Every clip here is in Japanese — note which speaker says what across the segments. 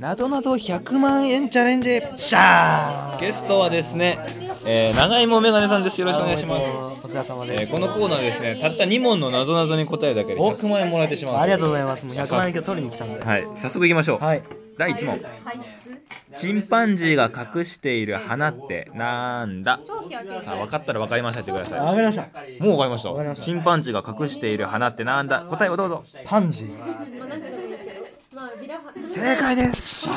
Speaker 1: なぞなぞ100万円チャレンジ
Speaker 2: シャー
Speaker 1: ゲストはですね、えー、長芋メガネさんですよろしくお願いします
Speaker 2: お疲れ様で
Speaker 1: え
Speaker 2: す
Speaker 1: ー、このコーナーですねたった2問のなぞなぞに答えるだけで100万円もらえてしまう
Speaker 2: ありがとうございますもう100万円今日取りに来たんで
Speaker 1: はい早速いきましょう、
Speaker 2: はい
Speaker 1: 第1問チンパンジーが隠している花ってなんださあ分かったら分かりましたって言ってくださ
Speaker 2: わかりました
Speaker 1: いもう分かりました
Speaker 2: かりました
Speaker 1: チンパンジーが隠している花ってなんだ答えをどうぞ
Speaker 2: パンジー
Speaker 1: 正解です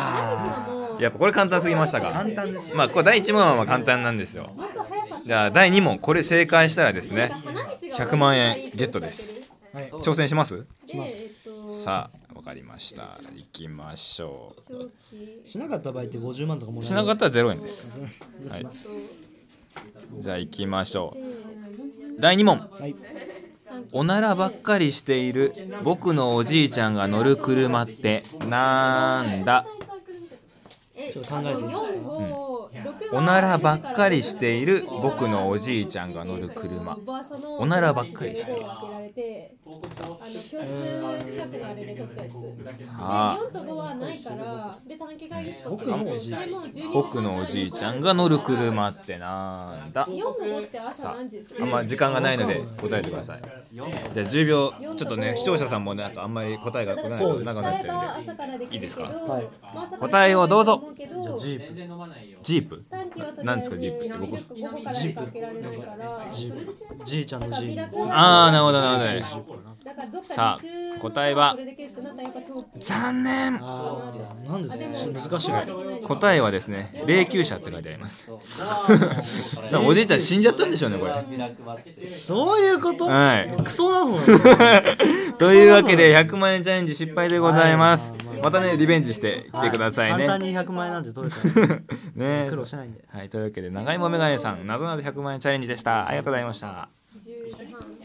Speaker 1: やっぱこれ簡単すぎましたか
Speaker 2: 簡単です
Speaker 1: まあこれ第1問はまあ簡単なんですよじゃあ第2問これ正解したらですね100万円ゲットです
Speaker 2: はい
Speaker 1: 挑戦します
Speaker 3: で、えっと、
Speaker 1: さあ分かりましたいきましょう
Speaker 3: 長期
Speaker 2: しなかった場合って50万とかもらえ
Speaker 1: しなか
Speaker 2: っ
Speaker 1: ったら0円です、はい、じゃあ行きましょう第2問
Speaker 2: たはい
Speaker 1: おならばっかりしている僕のおじいちゃんが乗る車ってなんだ
Speaker 3: え
Speaker 2: ちょっと考えてみます
Speaker 3: あと四五六
Speaker 1: お
Speaker 3: は
Speaker 1: ならばっかりしている僕のおじいちゃんが乗る車おならばっかりしてる
Speaker 3: あの共通企画のあれで取ったやつ。で
Speaker 1: あ
Speaker 3: 四と五はないから、で短期会議室と
Speaker 2: 僕のおじいちゃん
Speaker 3: でも12
Speaker 1: 僕のおじいちゃんが乗る車ってなんだ
Speaker 3: 四の五って朝何時です
Speaker 1: あ
Speaker 3: か？
Speaker 1: んま時間がないので答えてくださいじゃあ10秒ちょっとね視聴者さんもなんかあんまり答えが来ないと長くなっちゃうんで
Speaker 3: い
Speaker 1: いですか
Speaker 2: はい
Speaker 1: 答えをどうぞ
Speaker 3: じゃ
Speaker 2: ジープ
Speaker 1: ジープ
Speaker 3: 短期はとりあえず
Speaker 1: なんですかジップって僕
Speaker 3: 午後からしか開けられないから
Speaker 2: ジープじいちゃんのジープ
Speaker 1: ああなるほどなるほど
Speaker 3: だからどっ
Speaker 1: さ
Speaker 3: か
Speaker 1: あ
Speaker 3: 二週の
Speaker 1: 答えは
Speaker 3: これできるってなったらやっぱ長期
Speaker 1: 残念
Speaker 2: あーなんですね難しい
Speaker 3: できないの
Speaker 1: 答えはですね霊柩車って書いてあります でもおじいちゃん死んじゃったんでしょうねこれ
Speaker 2: そういうこと
Speaker 1: はい
Speaker 2: クソだぞなんか
Speaker 1: というわけで100万円チャレンジ失敗でございますまたねリベンジしてきてくださいね
Speaker 2: 簡単に100万円なんて取れたら
Speaker 1: ね
Speaker 2: 苦労しないんで
Speaker 1: はいというわけで長芋メガネさん謎なぞ100万円チャレンジでしたありがとうございました
Speaker 3: 10時半